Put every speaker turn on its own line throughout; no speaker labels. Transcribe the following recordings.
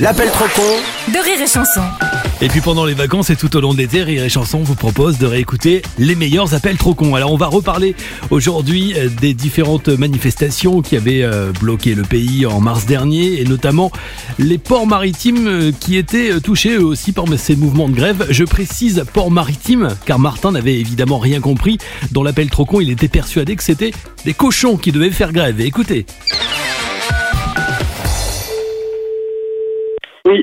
L'appel trop con
de rire et chanson.
Et puis pendant les vacances et tout au long de l'été, Rire et Chanson vous propose de réécouter les meilleurs appels trop cons. Alors on va reparler aujourd'hui euh, des différentes manifestations qui avaient euh, bloqué le pays en mars dernier et notamment les ports maritimes euh, qui étaient euh, touchés eux aussi par ces mouvements de grève. Je précise ports maritimes car Martin n'avait évidemment rien compris. Dans l'appel trop con, il était persuadé que c'était des cochons qui devaient faire grève. Et écoutez,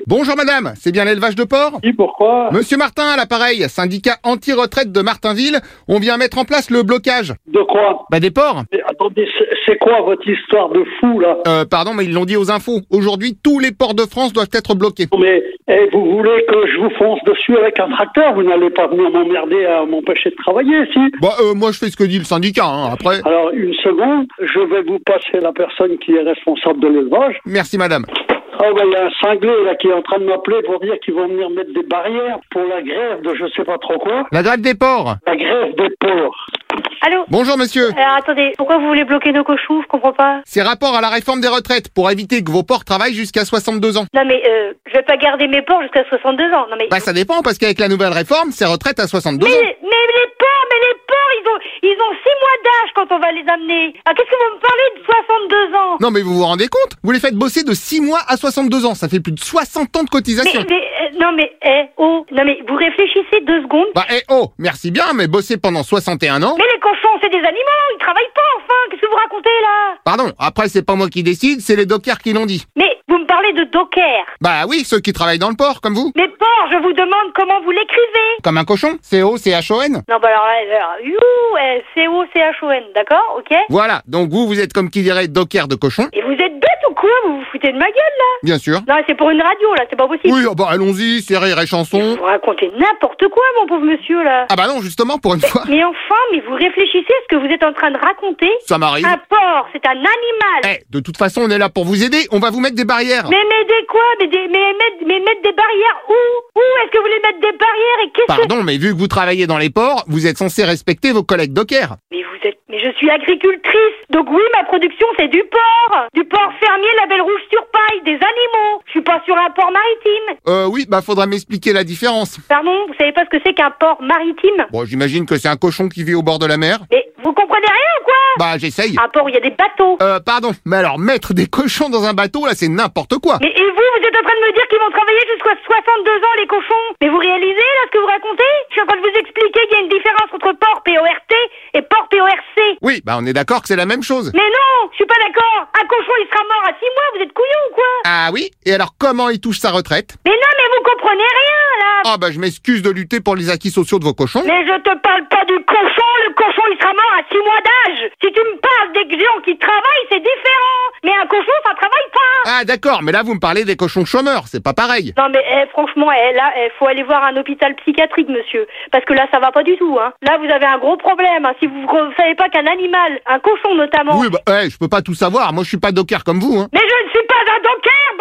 Bonjour madame, c'est bien l'élevage de porc
Oui, pourquoi
Monsieur Martin à l'appareil, syndicat anti-retraite de Martinville, on vient mettre en place le blocage.
De quoi
Bah des porcs
Mais Attendez, c'est- c'est quoi votre histoire de fou, là
Euh pardon mais ils l'ont dit aux infos, aujourd'hui tous les ports de France doivent être bloqués.
Non, Mais eh, vous voulez que je vous fonce dessus avec un tracteur Vous n'allez pas venir m'emmerder à m'empêcher de travailler, si
Bah euh, moi je fais ce que dit le syndicat, hein, après...
Alors, une seconde, je vais vous passer la personne qui est responsable de l'élevage.
Merci madame.
Ah ben, il y a un cinglé, là, qui est en train de m'appeler pour dire qu'ils vont venir mettre des barrières pour la grève de je sais pas trop quoi.
La grève des porcs
La grève des porcs.
Allô
Bonjour monsieur
Alors attendez, pourquoi vous voulez bloquer nos cochons Je comprends pas.
C'est rapport à la réforme des retraites pour éviter que vos porcs travaillent jusqu'à 62 ans.
Non mais euh, je vais pas garder mes porcs jusqu'à 62 ans. Non mais
Bah ça dépend parce qu'avec la nouvelle réforme, c'est retraite à 62
mais, mais
ans.
les porcs, mais les porcs, ils ont ils ont 6 mois d'âge quand on va les amener. Ah qu'est-ce que vous me parlez de 62 ans
Non mais vous vous rendez compte Vous les faites bosser de 6 mois à 62 ans, ça fait plus de 60 ans de cotisation.
Mais, mais, euh, non mais eh oh, non mais vous réfléchissez deux secondes.
Bah, eh oh, merci bien, mais bosser pendant 61 ans.
Mais les cochons, c'est des animaux, ils travaillent pas enfin. Qu'est-ce que vous racontez là
Pardon, après, c'est pas moi qui décide, c'est les dockers qui l'ont dit.
Mais vous me parlez de docker.
Bah oui, ceux qui travaillent dans le port, comme vous.
Mes porcs, je vous demande comment vous l'écrivez.
Comme un cochon, C-O-C-H-O-N.
Non bah alors là, alors, you, eh, C O C H O N, d'accord, ok.
Voilà, donc vous, vous êtes comme qui dirait docker de cochon,
Et vous êtes bête ou quoi Vous vous foutez de ma gueule là
bien sûr.
Non, c'est pour une radio là, c'est pas possible.
Oui, ah bah allons-y, c'est rire et chanson.
Vous racontez n'importe quoi, mon pauvre monsieur là.
Ah bah non, justement, pour une fois,
Mais enfin, mais vous réfléchissez à ce que vous êtes en train de raconter
ça m'arrive.
Un porc, c'est un animal.
Eh, de toute façon, on est là pour vous aider, on va vous mettre des barrières.
Mais mais des quoi mais, des, mais, mettre, mais mettre des barrières où Où est-ce que vous voulez mettre des barrières et qu'est-ce que
Pardon, mais vu que vous travaillez dans les ports, vous êtes censé respecter vos collègues dockers.
Mais vous êtes mais je suis agricultrice. Donc oui, ma production c'est du porc, du porc fermier label rouge sur paille, des animaux. Je suis pas sur un port maritime.
Euh, oui, bah faudra m'expliquer la différence.
Pardon, vous savez pas ce que c'est qu'un port maritime
Bon, j'imagine que c'est un cochon qui vit au bord de la mer.
Mais vous comprenez rien ou quoi
Bah, j'essaye.
Un port où il y a des bateaux.
Euh, pardon, mais alors mettre des cochons dans un bateau, là, c'est n'importe quoi.
Mais et vous, vous êtes en train de me dire qu'ils vont travailler jusqu'à 62 ans, les cochons Mais vous réalisez, là, ce que vous racontez Je suis en train de vous expliquer qu'il y a une différence entre port PORT et port PORC.
Oui, bah on est d'accord que c'est la même chose.
Mais non, je suis pas d'accord Un cochon, il sera mort à 6 mois, vous êtes couillon ou quoi
Ah oui Et alors comment il touche sa retraite
Mais non, mais vous comprenez rien, là
Ah bah je m'excuse de lutter pour les acquis sociaux de vos cochons.
Mais je te parle pas du cochon, le cochon il sera mort à 6 mois d'âge Si tu me parles des gens qui travaillent, c'est différent Mais un cochon, ça travaille pas
Ah d'accord, mais là vous me parlez des cochons chômeurs, c'est pas pareil.
Non mais eh, franchement, eh, là, il faut aller voir un hôpital psychiatrique, monsieur, parce que là, ça va pas du tout. Hein. Là, vous avez un gros problème. hein. Si vous ne savez pas qu'un animal, un cochon notamment,
bah eh, Oui bah ouais, je peux pas tout savoir, moi je suis pas docker comme vous hein.
mais je ne suis pas un docker,
Ah, bah,